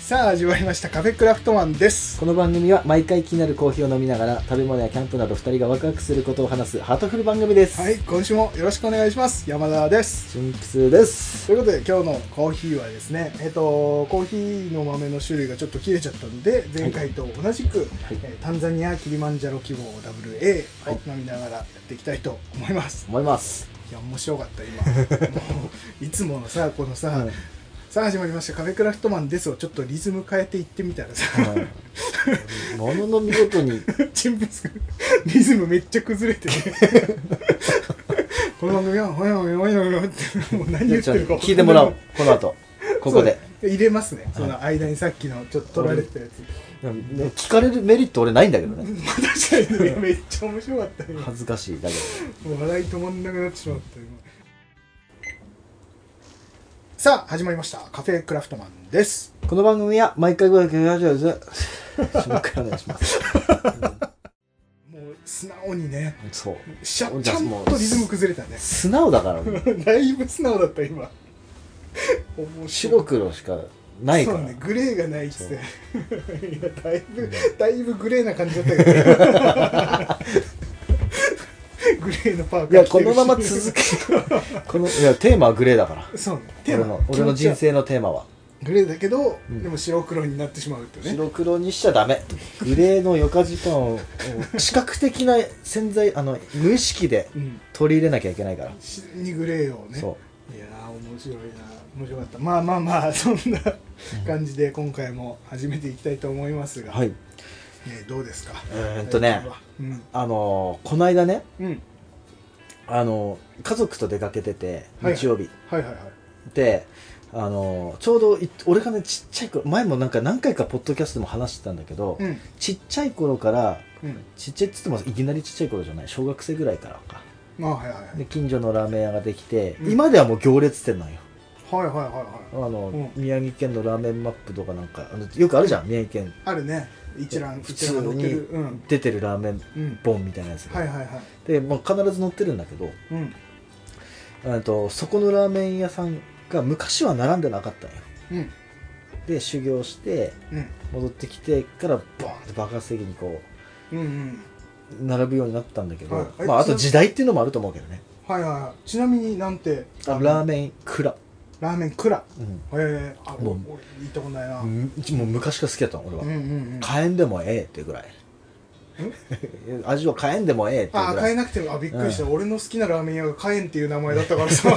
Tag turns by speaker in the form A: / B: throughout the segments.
A: さあ始まりましたカフェクラフトマンです
B: この番組は毎回気になるコーヒーを飲みながら食べ物やキャンプなど2人がワクワクすることを話すハートフル番組です、
A: はい今週もよろしくお願いします山田です
B: シンプスです
A: ということで今日のコーヒーはですねえっとコーヒーの豆の種類がちょっと切れちゃったので前回と同じく、
B: はい
A: えータンザニアキリマンジャロ希望 WA
B: は
A: を
B: い
A: 飲みながらやっていきたいと思います、
B: 思います
A: いや面白かった 今もういつものさこのさ、
B: はい
A: さあ始まりましたカフェクラフトマンですをちょっとリズム変えていってみたらさ、
B: はいものの見事に
A: チンプス君リズムめっちゃ崩れてね この番組はほやほやほやほやってもう 何言ってるか分かんない
B: 聞いてもらおうこの後ここで
A: そう入れますねその間にさっきのちょっと取られてたやつ
B: でも聞かれるメリット俺ないんだけどね
A: 確かにねめっちゃ面白かったよ
B: 恥ずかしいだけ
A: もう笑い止まんなくなってしまった今さあ始まりましたカフェクラフトマンです
B: どこの番組は毎回ワクワクする ことを話すお願いします
A: もう素直にね
B: そう
A: しゃちゃんとリズム崩れたね
B: 素直だから俺
A: だいぶ素直だった今面白い
B: 白黒しかないから
A: そうねグレーがないっつって いやだいぶ、だいぶグレーな感じだ ったけどグレーのパーカー着
B: い
A: て
B: や
A: るし
B: このまま続け このいやテーマはグレーだから
A: そうねテ
B: 俺
A: ーマ
B: の俺の
A: 気持ちは
B: 人生のテーマは
A: グレーだけど、
B: うん
A: でも白黒になってしまうってね
B: 白黒にしちゃダメグレーの余暇時間を視覚的な潜在あの無意識で
A: うん
B: 取り入れなきゃいけないから、
A: しにグレーをね
B: そ
A: いやー面白いな面白かったまあまあまあそんな感じで今回も始めていきたいと思います
B: う
A: が、
B: は
A: ね、
B: い
A: どうですか
B: うーんとね
A: うん
B: あのーこの間ね
A: うん
B: あのー家族と出かけてて
A: はい
B: 日曜日、
A: はいはいはい
B: であのーちょうどい俺がねちっちゃい頃前もなんか何回かポッドキャストでも話してたんだけど、
A: うん
B: ちっちゃい頃から
A: うん
B: ちっちゃいっつってもいきなりちっちゃい頃じゃない小学生ぐらいからか
A: まあはいはいはい
B: で近所のラーメン屋ができて、
A: うん
B: 今ではもう行列店なんよ
A: はいはいはいはい
B: あの、
A: う
B: 宮城県のラーメンマップとかなんかあのよくあるじゃん宮城県
A: あるね一覧
B: 普
A: 一覧
B: 通
A: が載って
B: に
A: るうん
B: 出てるラーメン
A: うん
B: 本みたいなやつが、
A: はいはいはい
B: で、まあ、必ず載ってるんだけど
A: うん
B: えっとそこのラーメン屋さんが昔は並んでなかったんよ
A: うん
B: で修行して
A: うん
B: 戻ってきてからボーンって爆発的にこ
A: うんうん
B: う並ぶようになったんだけど、
A: はい
B: まあ、
A: あ
B: あ
A: いつ
B: と時代っていうのもあると思うけどね
A: はいはいはいちなみになんて
B: あのラーメン蔵、
A: ラーメンクラ
B: うん
A: へえあ俺
B: もう
A: 行ったことないなうん
B: むもう昔から好きだったの俺は、
A: うんうん
B: 買えんでもええってぐらい 味を変えんでもええってぐ
A: あ
B: らい
A: 買えなくてもあびっくりした俺の好きなラーメン屋がカエンっていう名前だったからさ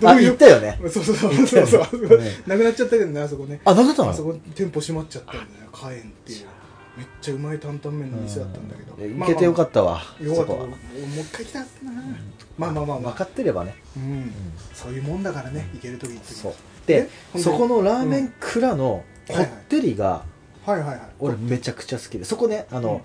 A: ど
B: あ
A: うい
B: 言っ
A: う
B: たよね
A: そうそうそうそうそう
B: ね
A: なくなっちゃったけどねあそこね
B: あ、なかった
A: あそこ店舗閉まっちゃったんだよねカエンっていうめっちゃうまい担々麺の店だったんだけど
B: うん行けてよか
A: っ
B: ったわ。
A: よか
B: そ
A: った
B: こ
A: も
B: は
A: う一回来たかったなまあまあまあま
B: 分
A: あ
B: かってればね。
A: うん
B: うん
A: そういうもんだからね行ける時行って
B: そう。
A: え
B: で
A: ほん、で
B: そこのラーメン蔵の
A: う
B: こ
A: ん
B: ってりが、
A: はいはいはい
B: 俺めちゃくちゃ好きで、そこね、あ
A: うん
B: の、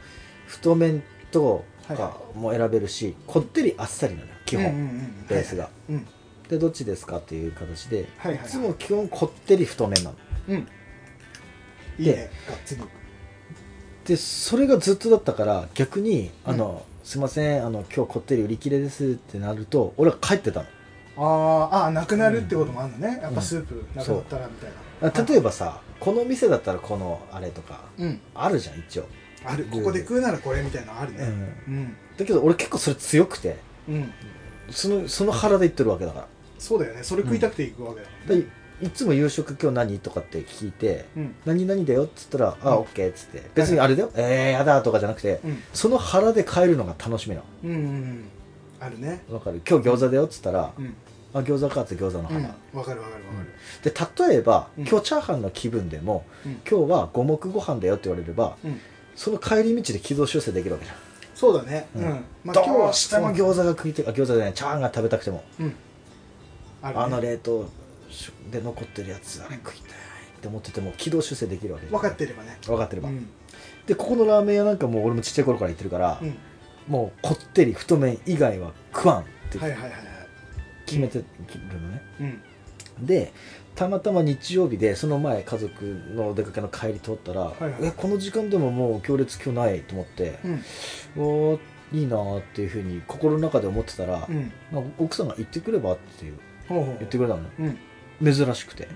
B: 太麺と
A: はい
B: か
A: は
B: も選べるし、こってりあっさりなのよ、基
A: うんうん
B: 本、
A: うん
B: ベースが。
A: うん
B: で、どっちですかっていう形で、い
A: はいはいはい
B: つも基本こってり太麺なの。
A: うんいいねがっつり
B: で、それがずっとだったから、逆に、あの、すいません、あの、今日こってり売り切れですってなると、俺は帰ってたの。
A: あーあーなくなるってこともあるのねやっぱスープなくなったらみたい
B: あ
A: な
B: 例えばさこの店だったらこのあれとか
A: うん
B: あるじゃん一応、
A: あるここで食うならこれみたいなのあるねうん
B: だけど俺結構それ強くて
A: うん
B: そのその腹で言ってるわけだから
A: そうだよねそれ食いたくて行くわけだから
B: で
A: ね
B: いいつも夕食今日何とかって聞いて
A: うん
B: 何々だよっつったら「
A: うん
B: あオッケー」っつって別にあれだよ「えー、やだ」とかじゃなくて
A: うん
B: その腹で帰るのが楽しみな
A: うんうんうんあるね
B: のわかる今日餃子だよっつったら
A: う
B: 「
A: ん
B: あ餃子か」っつって餃子
A: う
B: の
A: ん
B: 花、
A: わかるわかるわかる
B: で例えば
A: うん
B: 今日チャーハンの気分でも、
A: うん
B: 今日は五目ご飯だよって言われれば
A: うん
B: その帰り道で軌道修正できるわけじゃん
A: そうだねう
B: うんん
A: まあ今日
B: ど
A: は
B: うしても餃子が食いたいあ餃子じゃないチャーハンが食べたくても
A: うんあ
B: あ
A: るね
B: の冷凍で残ってるやつあれ食いたいって思ってても軌道修正できるわけ
A: 分かってればね
B: 分かってれ
A: う
B: ば、
A: ん
B: でここのラーメン屋なんかもう俺もちっちゃい頃から行ってるから、
A: うん
B: もうこってり太麺以外は食わんって
A: はいはいはいはい
B: 決めてるのね、
A: うん
B: でたまたま日曜日でその前家族のお出かけの帰り通ったら、
A: いはい
B: えこの時間でももう行列今日ないと思って、
A: うん
B: うおーいいなーっていうふうに心の中で思ってたら、
A: うん
B: まあ、奥さんが行ってくればっていう
A: ほうほう
B: 言ってくれたのね
A: うん
B: 珍しくて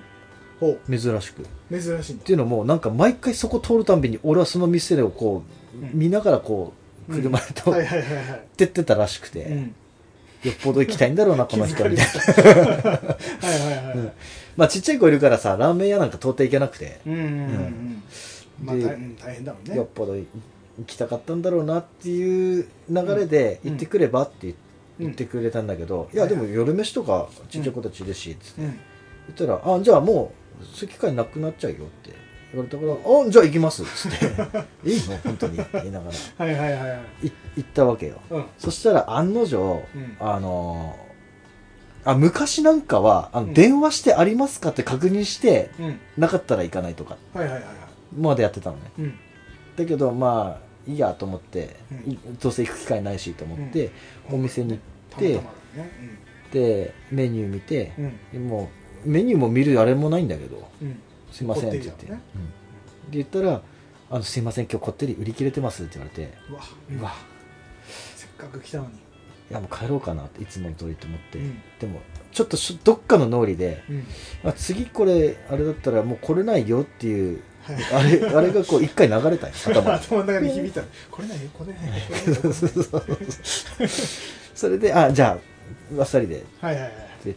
A: ほ
B: 珍しくっ
A: う珍しいんだ
B: ていうのもなんか毎回そこ通るたんびに俺はその店をこう、
A: うん
B: 見ながらこう
A: うん
B: 車で通っ
A: はいはいはいはい
B: てってたらしくて、
A: うん
B: よっぽど行きたいんだろうなこ
A: 気
B: の
A: づ
B: 人
A: か
B: み
A: れ
B: たい
A: て
B: な
A: た はいはいはいはい
B: まあちっちゃい子いるからさラーメン屋なんか到底行けなくて、
A: うんうんうんうんまあ
B: で
A: 大うん大変だもんね
B: よっぽど行きたかったんだろうなっていう流れで
A: うん
B: 行ってくればって言って
A: うん
B: 言ってくれたんだけど、いやでも夜飯とかちっちゃい子たちいるしっつって
A: うん
B: 言ったら「あじゃあもうそういう機会なくなっちゃうよ」って言われたから「あじゃあ行きます」っつって「 いいの本当に」言いながら
A: はいはいはいはい
B: い行ったわけよ
A: うん
B: そしたら案の定、
A: うん
B: あのーあ昔なんかはあの、
A: うん
B: 電話してありますかって確認して
A: うん
B: なかったら行かないとか
A: はいはいはいはい
B: までやってたのね
A: うん
B: だけどまあいいやと思って、
A: うん
B: いどうせ行く機会ないしと思って、お店に行
A: た
B: っ
A: ま
B: て
A: たまだね
B: ってメニュー見て
A: う、んうん
B: もうメニューも見るあれもないんだけど
A: うん
B: 「すいません」って言っ
A: こっ
B: て、
A: てりだよね
B: うんで言ったら「あのすいません今日こってり売り切れてます」って言われて
A: うわ
B: 「うわ
A: せっかく来たのに
B: いやもう帰ろうかな」っていつもの通りと思って、
A: うん
B: でもちょっとしどっかの脳裏で
A: うん
B: あ次これあれだったらもう来れないよっていう
A: はい
B: あれあれがこう一回流れたんよ頭に
A: 頭の中に響いたこれないよこれないよこれないよ
B: それであじゃああっさりでっ
A: はいはいはい
B: て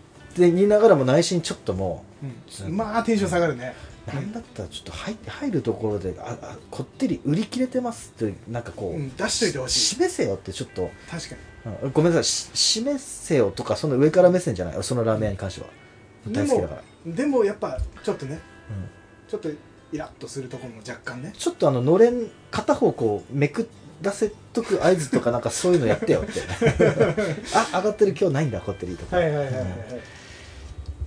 B: で言いながらも内心ちょっとも
A: うんまあテンション下がるね
B: うなんだったらちょっと入入るところでああこってり売り切れてますってなんかこう、
A: うん出しといてほしい
B: 示せよってちょっと、
A: 確かに
B: うんごめんなさいし示せよとかその上から目線じゃないそのラーメン屋に関しては
A: で
B: 大
A: も
B: 好きだから、
A: でもやっぱちょっとね
B: うん
A: ちょっとイラッとするところも若干ね
B: ちょっとあののれん片方こうめくらせとく合図とかなんかそういうのやってよって あ上がってる今日ないんだこってりとか、
A: はいはいはいはい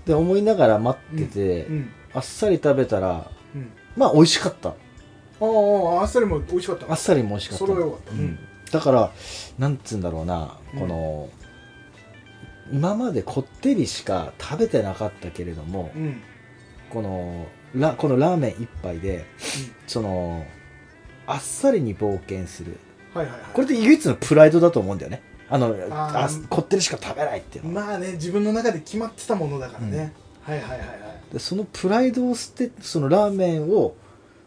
B: で思いながら待ってて、
A: うん
B: あっさり食べたら
A: うん
B: まあ美味しかった
A: ああああっさりも美味しかった
B: あっさりも美味しかった
A: それは良かった
B: う
A: うんん
B: だからなんつうんだろうな
A: うん
B: この、今までこってりしか食べてなかったけれども、
A: うんうん
B: このラこのラーメン一杯でそのあっさりに冒険する
A: はいはいはい
B: これで唯一のプライドだと思うんだよねあのあ
A: あー
B: こってりしか食べないっていうのは
A: まあね自分の中で決まってたものだからねはいはいはいはい
B: でそのプライドを捨てそのラーメンを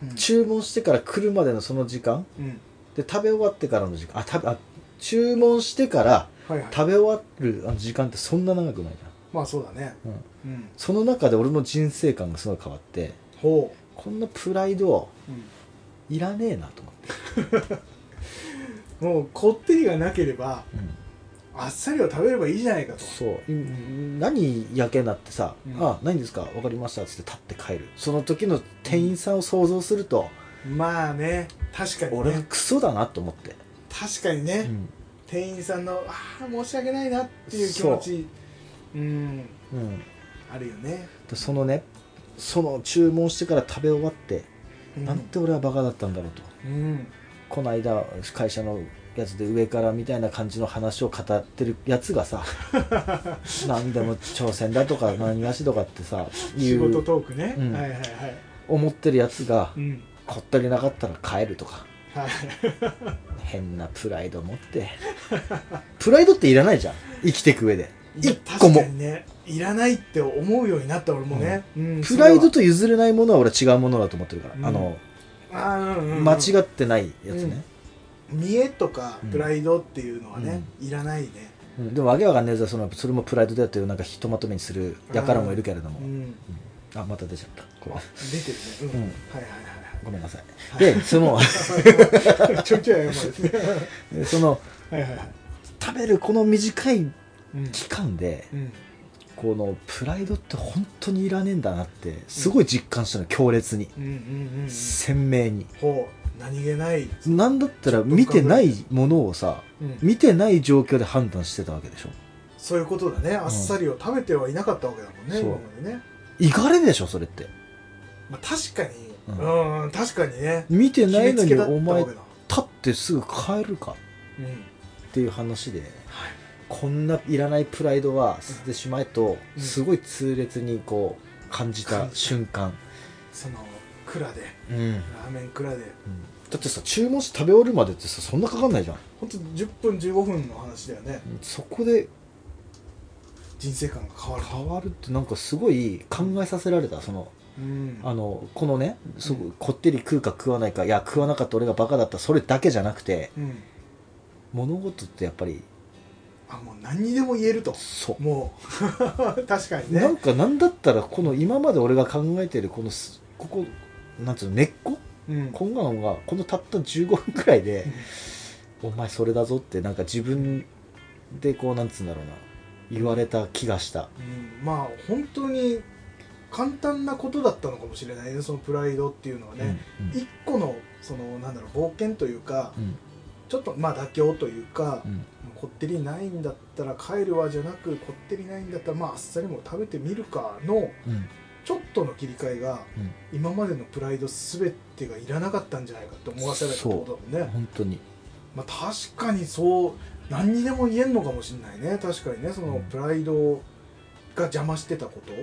A: うん
B: 注文してから来るまでのその時間
A: うん
B: で食べ終わってからの時間あ食べあ注文してから
A: はいはい
B: 食べ終わるあの時間ってそんな長くないじ
A: まあそうだね
B: ゃん、うん、
A: うん
B: その中で俺の人生観がすごい変わって
A: ほ
B: こんなプライド
A: ううん
B: いらねえなと思って、
A: もうこってりがなければあっさりを食べればいいじゃないかと
B: そう、何やけなってさ「
A: うん
B: あないんですか分かりました」っつって立って帰るその時の店員さんを想像すると、
A: まあね確かに
B: 俺は
A: ね
B: クソだなと思って、
A: 確かにね、店員さんのああ申し訳ないなっていう気持ちうん
B: うん
A: あるよね、
B: でそのねその注文してから食べ終わって、
A: うん、
B: なんて俺はバカだったんだろうと
A: うん
B: この間会社のやつで上からみたいな感じの話を語ってるやつ がさ何でも挑戦だとか何がしとかってさい
A: 仕事
B: う
A: トークね、
B: うん
A: はいはいはい
B: 思ってるやつが
A: うん
B: こったりなかったら帰るとか
A: はい
B: 変なプライド持って プライドっていらないじゃん生きてく上で
A: いや
B: 一個も
A: 確かにねいらないって思うようになった俺もね、うん
B: プライドと譲れないものは俺は違うものだと思ってるから、
A: うん
B: あの
A: それはあー、うんうんうん
B: 間違ってないやつね、
A: 見栄とかプライドっていうのはね、いらないね
B: うんでもわけわかんねえぞそのそれもプライドだよというなんかひとまとめにするやからもいるけれども、
A: うん
B: あまた出ちゃったこれ
A: 出てるねうん、
B: うん
A: はいはいはいはい
B: ごめんなさい。で、その、
A: ちょいちょ い謝るね。
B: その、
A: はいはいはい。
B: 食べるこの短い
A: うん。
B: 期間で、
A: うん。
B: このプライドって本当にいらねえんだなって、すごい実感したの、強烈に。
A: うんうんうん。
B: 鮮明に。
A: ほう。何気ない。
B: なんだったら見てないものをさ、
A: うん。
B: 見てない状況で判断してたわけでしょ。
A: そういうことだね。あっさりを食べてはいなかったわけだもんね。
B: そう
A: 今までね。
B: いがれでしょ、それって。
A: まあ確かに。
B: う
A: うんん、確かにね。
B: 見てない
A: 決めつ
B: のに
A: けだった
B: お前
A: わけ
B: 立
A: だ
B: ってすぐ帰るか
A: うん。
B: っていう話で、
A: はい
B: こんないらないプライドは捨ててしまえと、
A: うん
B: すごい痛烈にこう感じた
A: 感じた
B: 瞬間。
A: その、蔵で、
B: うん
A: ラーメン蔵で。
B: だってさ注文して食べ終わるまでってさそんなかかんないじゃん
A: ほんと10分15分の話だよね。
B: そこで
A: 人生観が変わる。
B: 変わるってなんかすごい考えさせられたその
A: うん
B: あのこのねすごいこってり食うか食わないかいや食わなかった俺がバカだったそれだけじゃなくて
A: うん
B: 物事ってやっぱり
A: あもう何にでも言えると
B: そう
A: もう 確かに
B: なん
A: ね
B: かなんだったらこの今まで俺が考えてるこのすここなんつうの根っこ
A: うん
B: こんなのがこのたった15分くらいでお前それだぞってなんか自分でこうなんつうんだろうな言われた気がした
A: うんまあ本当に簡単なことだったのかもしれないねそのプライドっていうのはね、
B: うん
A: 一個のそのなんだろう冒険というか
B: うん
A: ちょっとまあ妥協というか、
B: うん
A: こってりないんだったら帰るわじゃなくこってりないんだったらまああっさりも食べてみるかの
B: うん
A: ちょっとの切り替えが、
B: うん
A: 今までのプライド全てがいらなかったんじゃないかって思わせられたってことだもんね、
B: 本当に
A: まあ、確かにそう何にでも言えんのかもしれないね確かにねそのプライドが邪魔してたこと
B: うん
A: あ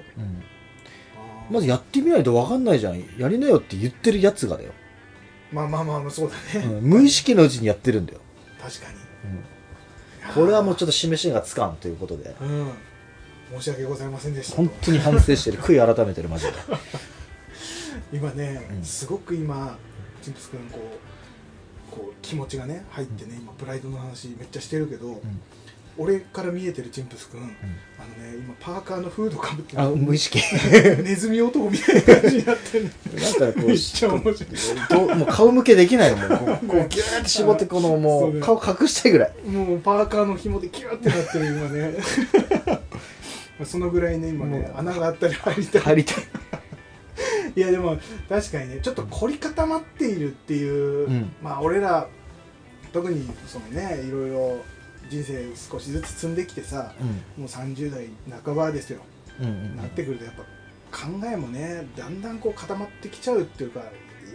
A: ー
B: まずやってみないと分かんないじゃんやりなよって言ってるやつがだよ、
A: まあまあまあまあそうだね、
B: うん無意識のうちにやってるんだよ、
A: 確かに
B: これはもうちょっと示しがつかんということで
A: うん申し訳ございませんでした
B: 本当に反省 してる悔い改めてるマジで
A: 今ね、
B: うん
A: すごく今チンプス君こうこう気持ちがね入ってね、今プライドの話めっちゃしてるけど、
B: ん
A: 俺から見えてるチンプス君、ん、あのね今パーカーのフードかぶって
B: あ無意
A: る
B: 識
A: ネズミ男みたいな感じになってる
B: なんかこ
A: めっ
B: う
A: ちゃ面白い
B: どうもう顔向けできないのもうこ うこうギューって絞ってこのも
A: そう
B: う
A: ね
B: 顔隠したいぐらい
A: もうパーカーの紐でキューってなってる今ね まあそのぐらいね今ね
B: もう
A: 穴があったり入りたい
B: 入りたい
A: いやでも確かにねちょっと凝り固まっているっていう、
B: うん
A: まあ俺ら特にそのねいろいろ人生少しずつ積んできてさ
B: うん
A: もう30代半ばですよ、
B: うんうん
A: なってくるとやっぱ考えもねだんだんこう固まってきちゃうっていうか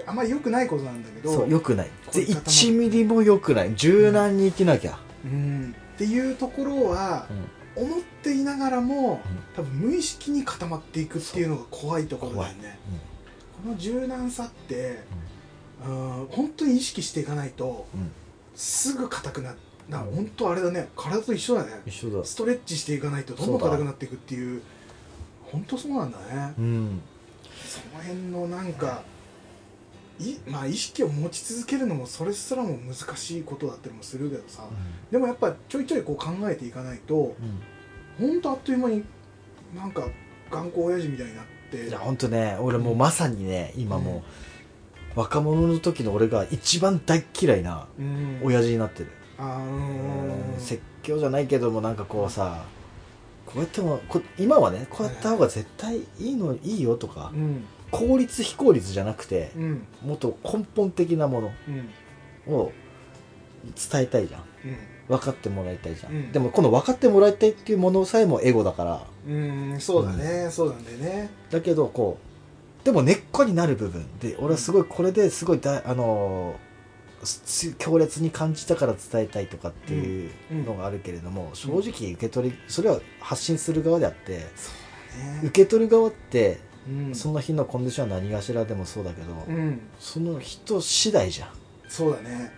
A: あんまり良くないことなんだけど
B: そう良くない
A: こういう方も
B: 1ミリも良くない柔軟に生きなきゃ、
A: うん、っていうところは思っていながらも、
B: うん
A: 多分無意識に固まっていくっていうのが怖いところだよねこの柔軟さって、うん、本当に意識していかないと
B: うん
A: すぐ硬くなな、
B: うん
A: 本当あれだね体と一緒だね
B: 一緒だ
A: ストレッチしていかないとどんどん硬くなっていくっていう本当そうなんだね
B: うん
A: その辺のなんかいまあ意識を持ち続けるのもそれすらも難しいことだったりもするけどさ、でもやっぱちょいちょいこう考えていかないと本当あっという間になんか頑固親父みたいになって
B: いや本当ね俺もうまさにね今もう若者の時の俺が一番大っ嫌いな
A: うん
B: 親父になってる、
A: あーうん
B: 説教じゃないけどもなんかこうさこうやってもこ今はねこうやった方が絶対いいのいいよとか
A: うん
B: 効率非効率じゃなくて
A: うん
B: もっと根本的なも
A: うん
B: のを伝えたいじゃん
A: う
B: 分かってもらいたいじゃん、
A: うん
B: でもこの分かってもらいたいっていうものさえもエゴだから
A: ん、うん、そうだね、そうなんだよね
B: だけどこうでも根っこになる部分で俺はすごいこれですごいだ、あのーす強烈に感じたから伝えたいとかっていうのがあるけれども、正直受け取りそれは発信する側であって
A: ね
B: 受け取る側って
A: うん
B: その日のコンディションは何がしらでもそうだけど、
A: うん
B: その人次第じゃん、
A: そうだね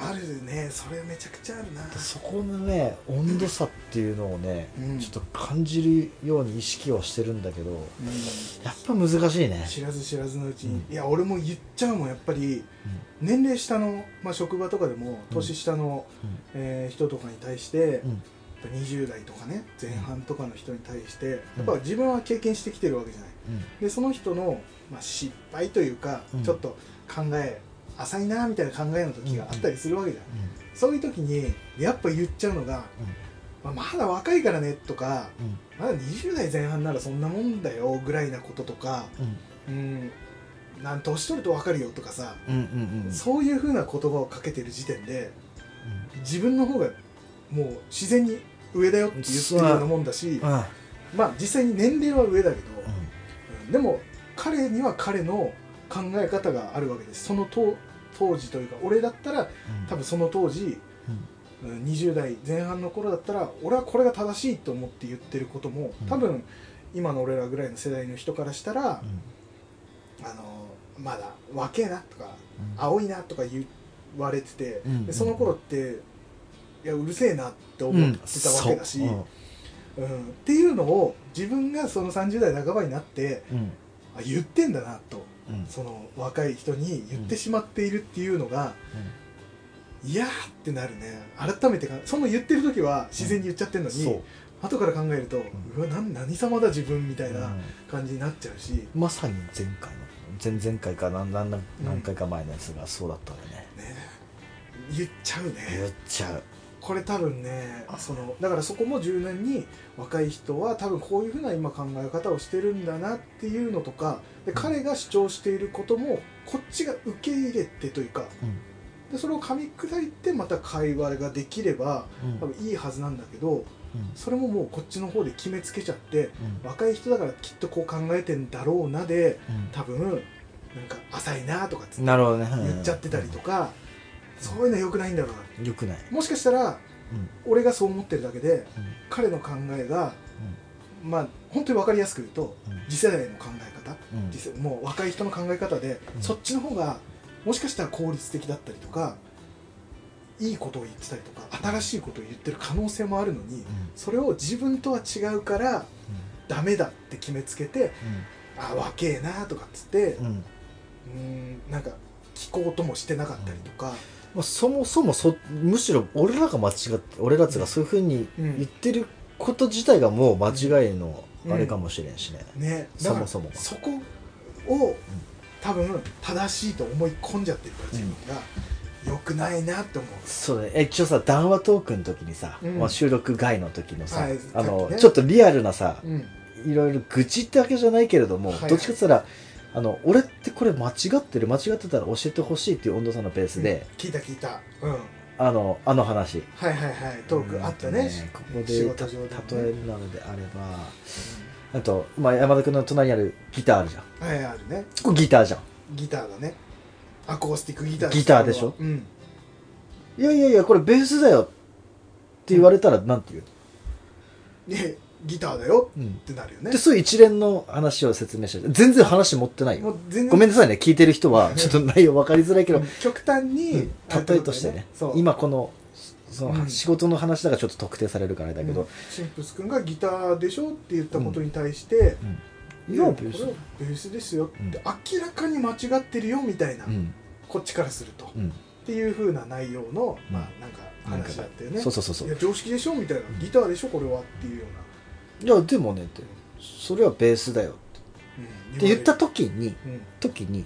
B: うん、
A: あるねそれめちゃくちゃあるな
B: そこのね温度差っていうのをね、
A: うん
B: ちょっと感じるように意識をしてるんだけど
A: うん
B: やっぱ難しいね
A: 知らず知らずのうちに、
B: う
A: いや俺も言っちゃうもんやっぱり年齢下の、まあ、職場とかでも年下の、
B: うん
A: えー人とかに対して、
B: うん
A: やっぱ20代とかね前半とかの人に対して、
B: う
A: や
B: ん
A: っぱ自分は経験してきてるわけじゃない
B: うん
A: でその人の、まあ、失敗というか、
B: うん
A: ちょっと考え浅いなみたいな考えの時があったりするわけじゃん、そういう時にやっぱ言っちゃうのが、まあ、まだ若いからねとか
B: うん
A: ま
B: うん
A: だ20代前半ならそんなもんだよぐらいなこととか
B: うん
A: うんなん年取ると分かるよとかさ、
B: うんうんうん
A: そういうふうな言葉をかけてる時点で自分の方がもう自然に上だよって言ってるようなもんだし
B: うん
A: まあ実際に年齢は上だけど、うんでも彼には彼の考え方があるわけですその当当時というか俺だったら多分その当時、うん20代前半の頃だったら俺はこれが正しいと思って言ってることも
B: うん
A: 多分今の俺らぐらいの世代の人からしたら、あのまだ若えなとか青いなとか言われてて、
B: うん
A: でその頃っていやうるせえなって思ってたわけだし、
B: うん
A: うんっていうのを自分がその30代半ばになって
B: うん
A: あ言ってんだなと
B: うんうん
A: その若い人に言ってしまっているっていうのが、いやーってなるね改めてかその言ってる時は自然に言っちゃってるのに、
B: そう
A: 後から考えると、うわなん何様だ自分みたいな
B: う
A: 感じになっちゃうし、
B: んまさに前回の前々回か何何
A: うん
B: 何回か前のやつがそうだったんだよね、
A: ね言っちゃうね
B: 言っちゃう
A: これ多分ねそのだからそこも柔軟に若い人は多分こういうふうな今考え方をしてるんだなっていうのとかで彼が主張していることもこっちが受け入れてというかでそれを噛み砕いてまた会話ができれば
B: うんうん
A: 多分いいはずなんだけど
B: うん
A: それももうこっちの方で決めつけちゃって
B: うん
A: 若い人だからきっとこう考えてんだろうなで
B: うん
A: 多分なんか浅いなとかつって
B: なるほどね
A: 言っちゃってたりとかそういうの良くないんだろうな
B: よくない
A: もしかしたら
B: うん
A: 俺がそう思ってるだけで
B: うん
A: 彼の考えがまあ本当に分かりやすく言うと
B: うん
A: 次世代の考え方
B: うんうん
A: 次世もう若い人の考え方で、
B: うん
A: そっちの方がもしかしたら効率的だったりとかいいことを言ってたりとか新しいことを言ってる可能性もあるのにそれを自分とは違うからダメだって決めつけてあ若えなとかっつって
B: うんうんうん
A: うーんなんか聞こうともしてなかったりとか、
B: まあそもそもそむしろ俺らが間違って俺らつがそういうふうに
A: うん
B: 言ってること自体がもう間違いのあれかもしれんしね、
A: ね
B: そもそも
A: だからそこを多分正しいと思い込んじゃってるから自分が、良くないなって思う
B: そうねえ一応さ談話トークの時にさ、
A: うん
B: まあ、収録外の時のさ、
A: はい
B: あの
A: さっきね
B: ちょっとリアルなさ
A: うん
B: いろいろ愚痴ってわけじゃないけれども、
A: はいはい
B: どっちかって言ったらあの俺ってこれ間違ってる間違ってたら教えてほしいっていう温度差のベースで、
A: 聞いた聞いたうん
B: あのあの話
A: はいはいはいトークあった
B: うん
A: ね
B: とここ
A: 仕
B: で
A: 事
B: た
A: 上でもね
B: 例えるなのであればあと、まあ、山田君の隣にあるギターあるじゃん
A: はいあるね
B: これギターじゃん
A: ギターだねアコースティックギター
B: ギターでしょ
A: うん
B: いやいやいやこれベースだよって言われたらなんて言う、
A: ねギターだよ
B: うん
A: ってなるよね
B: でそういう一連の話を説明して全然話持ってない
A: も
B: よ
A: う全然
B: ごめんなさいね聞いてる人はちょっと内容分かりづらいけど、
A: 極端に、
B: うん例えとしてね
A: そう
B: 今このその、
A: うん
B: 仕事の話だからちょっと特定されるからあれだけ
A: う
B: ど
A: ん、シンプス君がギターでしょって言ったことに対して、
B: うん
A: いや
B: いや
A: これはベースですよって、
B: うん
A: 明らかに間違ってるよみたいな、
B: うん
A: こっちからすると、っ
B: うん
A: ていうふうな内容の、
B: うん
A: まあなんか話だったよね
B: そうそうそうそ
A: いうや常識でしょみたいな、
B: ん
A: ギターでしょこれはっていうよう
B: いやでもねってそれはベースだよって
A: な、うん
B: って言った
A: わ
B: 時に
A: れる
B: 時に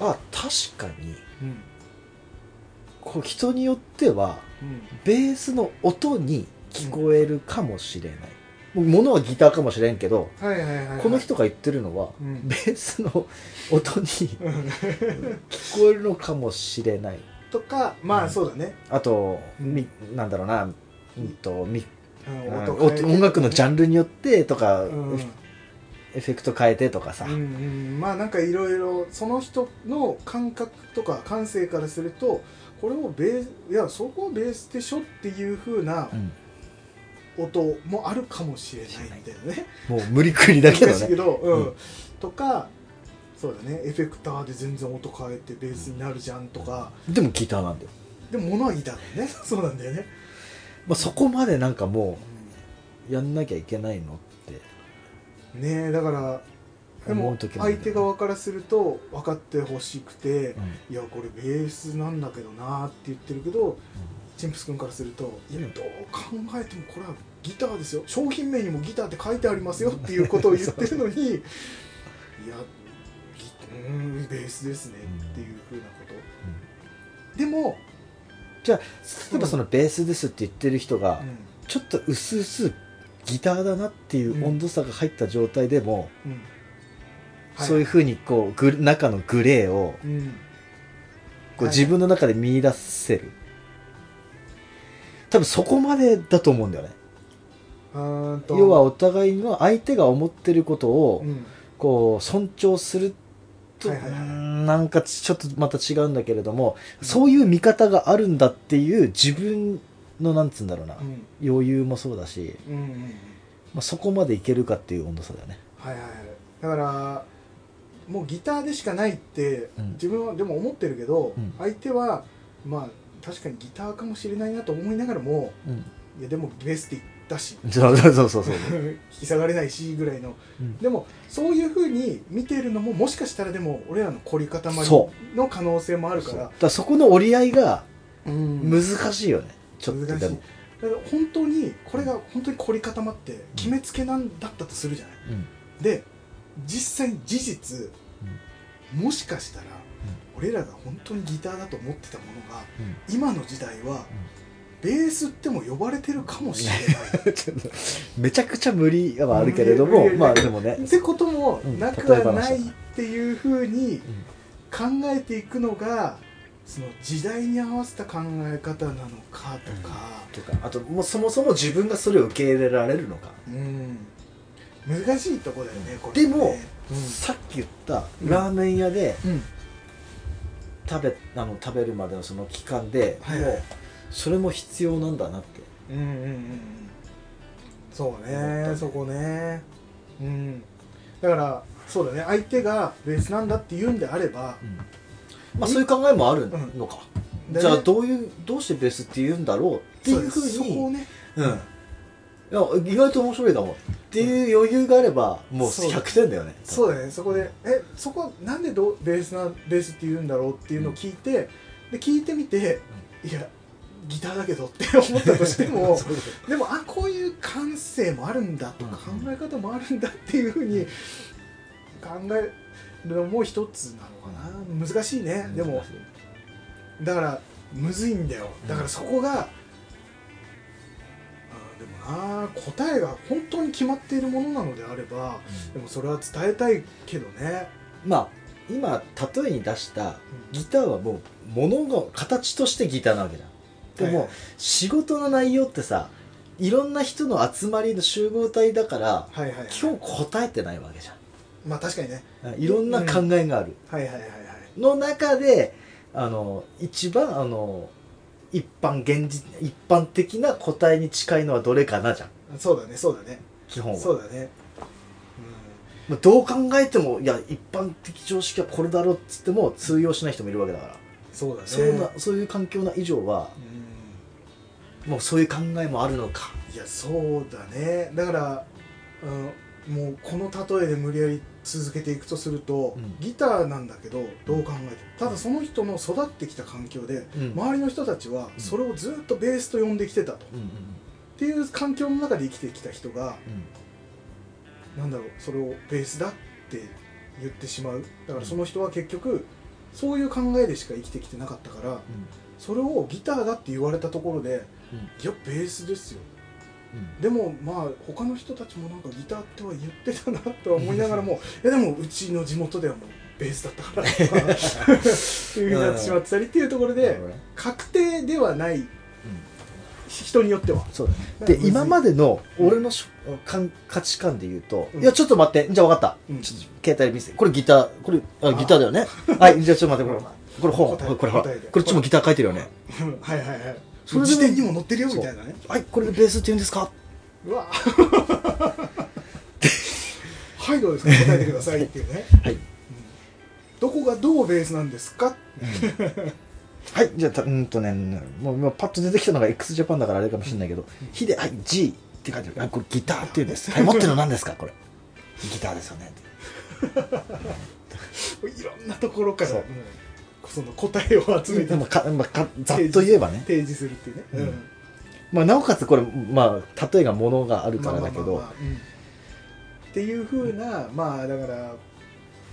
B: あ確かに
A: うんうん
B: こう人によっては
A: うん
B: ベースの音に聞こえるかもしれない、ものはギターかもしれんけど、
A: はいはいはいはい、
B: この人が言ってるのは、
A: うん
B: ベースの音に聞
A: うん
B: こえるのかもしれない
A: とかまあそうだね、
B: あと、
A: うん
B: みなんだろうな、うんとみ
A: うん
B: うん
A: 音
B: 音音楽のジ
A: ャ
B: ャンルによってとか、
A: うん、
B: エフエフェクト変えてとかさ、
A: うんうん、まあなんかいろいろその人の感覚とか感性からするとこれをベースいやそこはベースでしょっていう風な
B: うん
A: 音もあるかもしれないんだよね。
B: もう無理く りだけど
A: 難しい
B: ね
A: うん
B: うん
A: とかそうだねエフェクターで全然音変えてベースになるじゃんとか
B: でもギターなんだよ、
A: でも物はギターだよね そうなんだよね。
B: まあ、そこまでなんかもうやんなきゃいけないのって
A: うんねえだからで
B: 思
A: も
B: う時もある
A: 相手側からすると分かってほしくて
B: うん
A: 「いやこれベースなんだけどな」って言ってるけどチンプス君からすると「いや
B: うん
A: どう考えてもこれはギターですよ商品名にもギターって書いてありますよ」っていうことを言ってるの に「いやギうーんベースですね」っていうふうなこと、でも、
B: じゃあ例えばそのベースですって言ってる人が、
A: う
B: ちょっと薄々ギターだなっていう温度差が入った状態でも、
A: んうん
B: そういうふうにこうグ中のグレーを
A: う、ん、
B: こう
A: はい
B: 自分の中で見出せる、多分そこまでだと思うんだよね
A: うーんと
B: 要はお互いの相手が思ってることを
A: うん
B: こう尊重すると、
A: はいはいはいう
B: ーんなんかちょっとまた違うんだけれども、そういう見方があるんだっていう自分のなんつうんだろうな、
A: うん
B: 余裕もそうだし、
A: うんうんうん
B: まあ、そこまでいけるかっていう温度差だよね
A: はいはいはいだからもうギターでしかないって、
B: うん
A: 自分はでも思ってるけど、
B: うん
A: 相手はまあ確かにギターかもしれないなと思いながらも
B: うん
A: いやでもベースってだし
B: そうそうそうそうそう
A: 引き下がれないしぐらいの、
B: うん
A: でもそういうふうに見てるのももしかしたらでも俺らの凝り固まり
B: そ
A: の可能性もある
B: そ
A: か
B: うだ
A: ら
B: からそこの折り合いが
A: うん
B: 難しいよね、ちょっと
A: 難しい
B: でも、
A: だから本当にこれが本当に凝り固まって決めつけなんだったとするじゃない
B: うん
A: で実際に事実、もしかしたら、俺らが本当にギターだと思ってたものが
B: うん
A: 今の時代は、ベースっても呼ばれてるかもしれない
B: ちょっと めちゃくちゃ無理はあるけれども
A: 無理無理無理
B: まあでも ね
A: ってことも
B: うん
A: なくは
B: 例え話だ
A: ないっていうふうに考えていくのがその時代に合わせた考え方なのかとか、
B: とかあともうそもそも自分がそれを受け入れられるのか
A: うん難しいとこだよね、これ
B: で
A: ね
B: も、さっき言ったラーメン屋で
A: うんうん
B: 食べあの食べるまでのその期間で
A: はい
B: もうそれも必要なんだなって
A: うんうんうんうんそう
B: 思った
A: ね
B: ね
A: そこねうんだからそうだね相手がベースなんだって言うんであれば、
B: まあそういう考えもある
A: うん
B: のか
A: でね
B: じゃあどういうどうしてベースって言うんだろうっていうふう
A: そですそこを
B: に
A: ね
B: うんいや意外と面白いかもっていう余裕があればもう
A: そう
B: 100点だよね
A: そうだねそこでえそこはなんでどうベースなベースって言うんだろうっていうのを聞いて、で聞いてみて、いやギターだけどって思ったとしても
B: そう
A: でもあこういう感性もあるんだとか考
B: うん
A: え方もあるんだっていうふうに考えるのも一つなのかな難しいねでもだからむずいんだよだからそこが、あーでもな答えが本当に決まっているものなのであればでもそれは伝えたいけどね
B: まあ今例えに出したギターはもう物の形としてギターなわけだでも、仕事の内容ってさいろんな人の集まりの集合体だから
A: はいはいはい、
B: 今日答えてないわけじゃ
A: まあ確かにね
B: んいろんな考えがある、
A: はいはいはいはい
B: の中であの一番あの一般現実一般的な答えに近いのはどれかなじゃん
A: そうだねそうだね
B: 基本は
A: そうだね
B: まあどう考えてもいや一般的常識はこれだろうっつっても通用しない人もいるわけだから、
A: うんそうだね
B: そうなそういう環境な以上は
A: う
B: もうそういう考えもあるのか
A: んいやそうだねだから、うん、もうこの例えで無理やり続けていくとすると、
B: うん
A: ギターなんだけどどう考えてもただその人の育ってきた環境で
B: うん
A: 周りの人たちは
B: うん
A: それをずっとベースと呼んできてたとっ
B: うんうん
A: ていう環境の中で生きてきた人がなんだろうそれをベースだって言ってしまうだからその人は結局そういう考えでしか生きてきてなかったからそれをギターだって言われたところで、
B: うん
A: いやベースですよ
B: うんうん
A: でもまあ他の人たちもなんかギターっては言ってたなとは思いながらもいやでもうちの地元ではもうベースだったからとか っていうふうになってしまってたりっていうところ
B: なる
A: で
B: ほどね
A: 確定ではない人によっては
B: そうだねで今ま
A: で
B: での
A: うん
B: 俺のしょかん価値観で言うと、
A: うん
B: いやちょっと待ってじゃあ分かった、
A: うん
B: ちょっと携帯見せてこれギターこれあ
A: あ
B: ギターだよ ねはいじゃあちょっと待ってこれこれ本
A: 答え
B: これほら
A: 答えで
B: これちもギター書いてるよね
A: はいはいはい
B: それでも
A: 辞典にも載ってるよみたいなね
B: はいこれでベースって言うんですか
A: うわ はいどうですか答えてくださいっていうね、
B: はい
A: どこがどうベースなんですか
B: はいじゃあたうーんとねもう今パッと出てきたのが x ジャパンだからあれかもしれないけど「ヒ、で、はい G」って書いてるあこれギターって言うんです、 はい、持ってるの何ですかこれギターですよね
A: いろんなところから
B: そう
A: うんその答えを集めて
B: でもか、まあ、かざっと言えば ね、
A: 提示するっていうね、
B: うんまあ、なおかつこれ、まあ、例えがものがあるからだけど、
A: まあまあまあまあうんっていうふうな、まあだから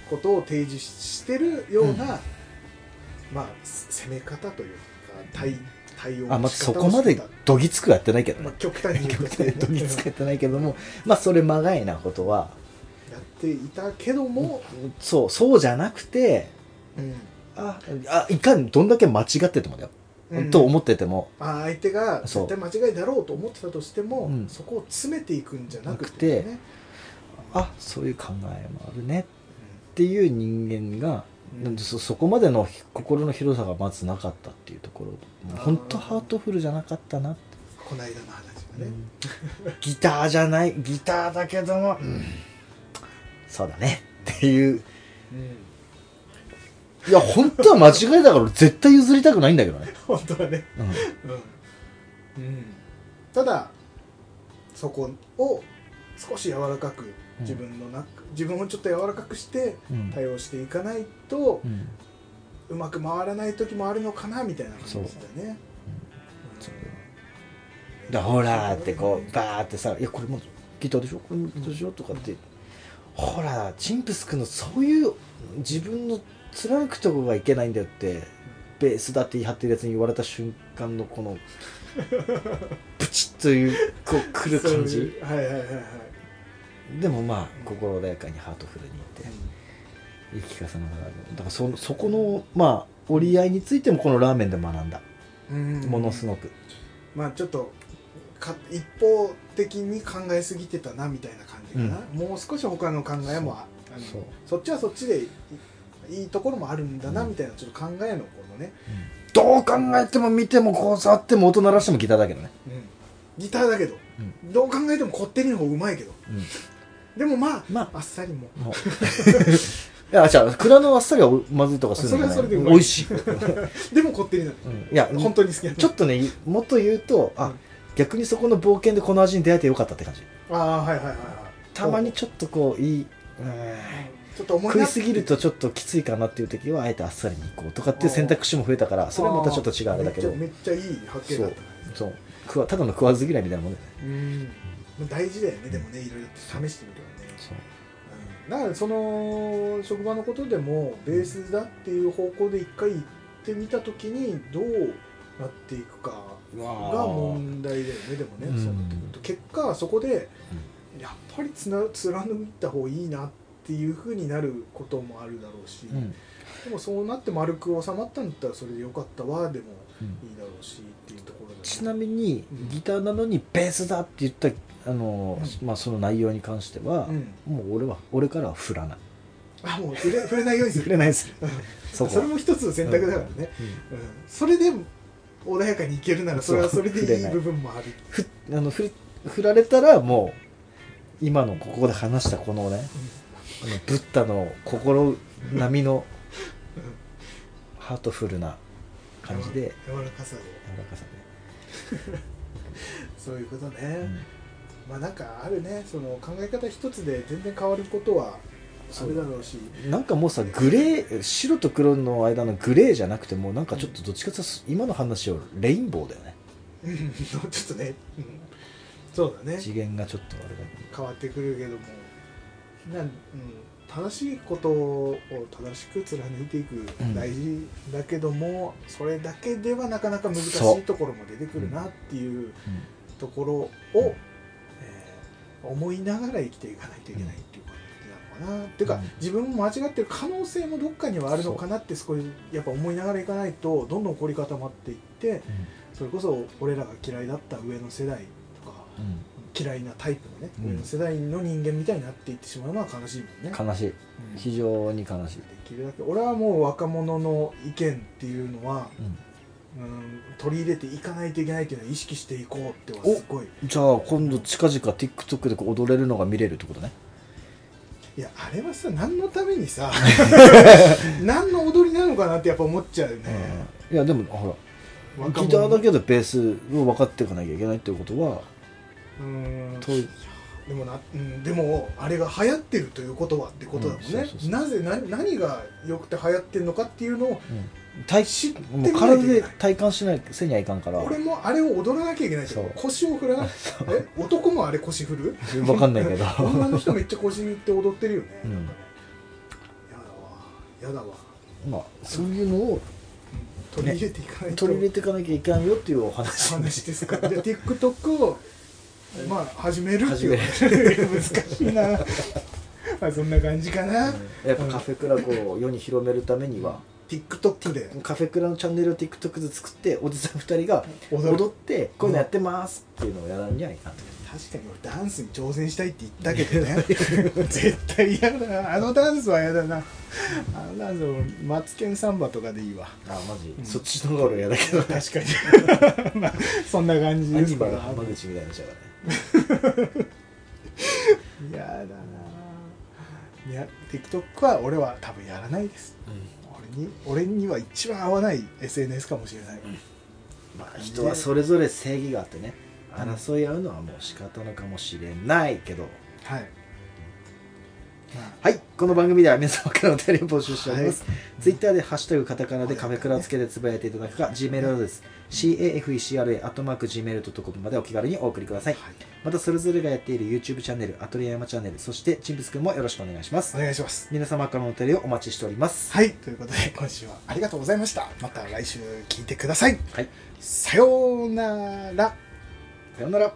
A: ことを提示してるような、まあせ攻め方というか対対応
B: あま
A: の
B: あ、
A: 仕方
B: そ
A: を
B: こま
A: して
B: で
A: た
B: どぎつくはやってないけど
A: まあ
B: ね、
A: 極端に言うと
B: 極端に どぎつく
A: う
B: やってないけども、まあ、それまがいなことは
A: んやっていたけども、
B: そうそうじゃなくて
A: うん
B: ああいかにどんだけ間違っててもだよ、
A: うん
B: と思ってても
A: あ相手が
B: そう
A: 絶対間違いだろうと思ってたとしても、
B: うん
A: そこを詰めていくんじゃなく
B: な
A: て、
B: く
A: ね
B: あそういう考えもあるねっていう人間が、
A: うん
B: なんでそそこまでの心の広さがまずなかったっていうところもう本当
A: あー
B: ハートフルじゃなかったなって。
A: この間の話はね、
B: ギターじゃないギターだけども、うんそうだねっていう
A: うん
B: いや本当は間違いだから俺絶対譲りたくないんだけどね、
A: 本当はね、
B: うん
A: うんうん、ただそこを少し柔らかく自分の中、自分をちょっと柔らかくして
B: うん
A: 対応していかないと
B: う、ん
A: うまく回らない時もあるのかなみたいな感じでしたね。
B: だほらーってこうバーってさ「いやこれもギターでしょこれもギターでしょ」とかってほらチンプス君のそういう自分の貫くとこがいけないんだよってベースだって言い張ってるやつに言われた瞬間のこ のプチッというこうくる感
A: そう
B: じ
A: いうはいはいはいはい、
B: でもまあ心穏やかにハートフルにって言い聞かせながらだからそそこのまあ折り合いについてもこのラーメンで学んだ
A: うん
B: ものすごく
A: まあちょっとか一方的に考えすぎてたなみたいな感じかな、もう少し他の考えもああの
B: そう
A: そっちはそっちでいいいところもあるんだなみたいなちょっと考えのこのね、
B: どう考えても見てもこう触っても音鳴らしてもギターだけどね
A: うんギターだけど、
B: う
A: どう考えてもこってりの方うまいけどでもまあ、
B: ま
A: あっさりも
B: あ、もう。 いや、じゃあ、蔵のあっさりはまずいとかするのかない
A: それはそれでうまい
B: 美味 しい。
A: でもこってりなの
B: うんいや、
A: 本当に好きなの
B: ちょっとね、もっと言うと、
A: う
B: あ
A: ん、
B: 逆にそこの冒険でこの味に出会えてよかったって感じ。
A: ああはいはいはいはい
B: たまにちょっとこう、いい、うん
A: ちょっと思い
B: 食
A: 出
B: いすぎるとちょっときついかなっていう時は、あえてあっさりに行こうとかっていう選択肢も増えたから、それはまたちょっと違うあれだけど、
A: めっちゃめっちゃいい発見だったね
B: そう、食わただの食わず嫌いみたいなもんだよね。
A: うん大事だよねでもねいろいろ試してみるよね
B: そう
A: うんだからその職場のことでもベースだっていう方向で一回行ってみた時にどうなっていくかが問題だよねでもね、
B: うん
A: そうなってくると結果そこでやっぱりつな貫いた方がいいなっていうふうになることもあるだろうし、
B: うん
A: でもそうなって丸く収まったんだったらそれでよかったわでも
B: うん
A: いいだろうしっていうところだよね
B: ちなみに
A: うん
B: ギターなのにベースだって言ったあの、まあ、その内容に関しては、
A: うん
B: もう俺は俺からは振らない
A: あもう触れ触れない ようにす
B: 振
A: る
B: れないですそ
A: そ
B: こ
A: れも一つの選択だからね、うんそれで穏やかにいけるならそれはそれで
B: そう触
A: い
B: れ
A: い
B: ない
A: 部分もある
B: ふあの振振られたらもう今のここで話したこのねあのブッダの心並みのハートフルな感じで
A: 柔らかさで
B: 柔らかさ
A: そういうことね、
B: で、うん
A: まあなんかあるねその考え方一つで全然変わることはあるだろうし
B: なんかもうさグレー白と黒の間のグレーじゃなくてもうなんかちょっとどっちかというと今の話をレインボーだよね
A: うんちょっとね、うん、そうだね
B: 次元がちょっとあれだけど
A: 変わってくるけどもなん、うん、正しいことを正しく貫いていく
B: うん
A: 大事だけども、それだけではなかなか難し
B: そ
A: いうところも出てくるなっていうところを、
B: うん
A: えー思いながら生きていかないといけないっていう感じなのかな、っていうか、
B: うん
A: 自分も間違ってる可能性もどっかにはあるのかなって少しやっぱ思いながらいかないとどんどん凝り固まっていってそれこそ俺らが嫌いだった上の世代とか嫌いなタイプのね、
B: うん
A: 上の世代の人間みたいになっていってしまうのは悲しいもんね、
B: 悲しい
A: うん
B: 非常に悲しい、
A: できるだけ俺はもう若者の意見っていうのは、うん、取り入れていかないといけないっていうのは意識していこうってはすごい
B: じゃあ今度近々 TikTok でこう踊れるのが見れるってことね
A: いやあれはさ何のために さ何の踊りなのかなってやっぱ思っちゃうよね、
B: いやでもほら
A: 若
B: ギ
A: 者
B: ターだけどベースを分かっていかなきゃいけないっていうことは
A: うん
B: とい
A: でもな、うん、でもあれが流行ってるということはってことだもんね、
B: うんそうそうそう
A: なぜな何が良くて流行ってるのかっていうのを
B: 体
A: 知ってみないうと
B: も
A: いけない
B: 体で体感しないせにはいかんから
A: 俺もあれを踊らなきゃいけないじゃん
B: そう
A: 腰を振 らないえ男もあれ腰振る
B: 分かんないけ ど
A: 女の人めっちゃ腰振って踊ってるよね、
B: うん
A: なんかねやだわやだわ
B: まあそういうのを
A: 取り入れていかないと、
B: 取り入れていかなきゃいけないよっていうお話
A: 話ですからで TikTok をまあ始めるっていう難しいなまあそんな感じかな、
B: やっぱカフェクラブを世に広めるためには
A: TikTok で
B: カフェクラのチャンネルを TikTok で作っておじさん2人が
A: 踊る
B: 踊ってこういうのやってますっていうのをやらんにはいかんと
A: 確かに俺ダンスに挑戦したいって言ったけどね絶対嫌だなあのダンスは嫌だなあのダンスはマツケンサンバとかでいいわ
B: あマジ、
A: ん
B: そっちの頃やだけど
A: 確かにまあそんな感じ
B: ア
A: で
B: ニ
A: すか
B: メ
A: ら
B: が浜口みたいな人がね
A: 嫌だないや TikTok は俺は多分やらないです俺に俺には一番合わない SNS かもしれない、
B: まあ人はそれぞれ正義があってね争い合うのはもう仕方のかもしれないけど
A: はい、
B: はいこの番組では皆様からのお便りを募集しております、ツイッターで「ハッシュタグカタカナ」でカフェクラをつけてつぶやいていただくか G メールアドレス cafecra.gmail.com までお気軽にお送りください
A: はい
B: またそれぞれがやっている YouTube チャンネルアトリエ山チャンネルそしてチンプスくんもよろしくお願いします
A: お願いします
B: 皆様からのお便りをお待ちしております
A: はいということで今週はありがとうございましたまた来週聞いてください
B: はい
A: さようなら
B: さようなら